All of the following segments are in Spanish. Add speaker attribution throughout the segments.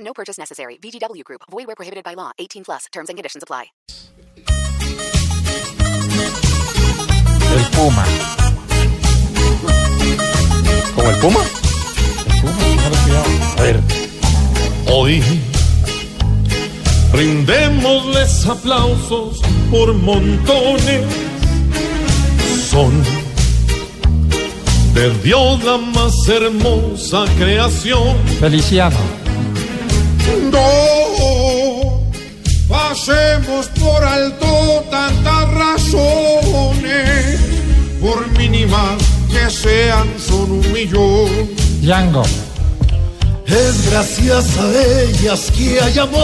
Speaker 1: No purchase necessary. VGW Group. Void where prohibited by law. 18 plus. Terms and conditions apply.
Speaker 2: El Puma.
Speaker 3: ¿Como el Puma?
Speaker 2: A ver.
Speaker 4: Hoy brindémosles aplausos por montones. Son de Dios la más hermosa creación.
Speaker 2: Feliciano.
Speaker 4: No pasemos por alto tantas razones, por mínimas que sean, son un millón.
Speaker 2: Django.
Speaker 4: Es gracias a ellas que hay amor.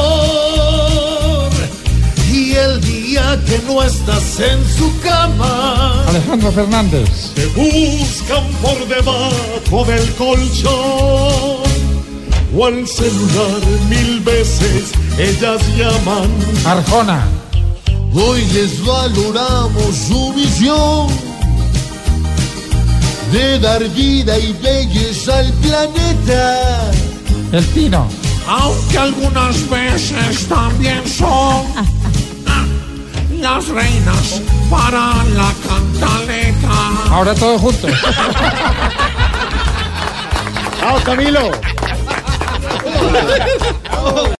Speaker 4: Y el día que no estás en su cama,
Speaker 2: Alejandro Fernández.
Speaker 4: te buscan por debajo del colchón. O al celular mil veces ellas llaman.
Speaker 2: Arjona.
Speaker 4: Hoy les valoramos su misión de dar vida y belleza al planeta.
Speaker 2: El Tino.
Speaker 4: aunque algunas veces también son ah, las reinas para la cantaleta.
Speaker 2: Ahora todos juntos.
Speaker 3: ¡Chao, Camilo!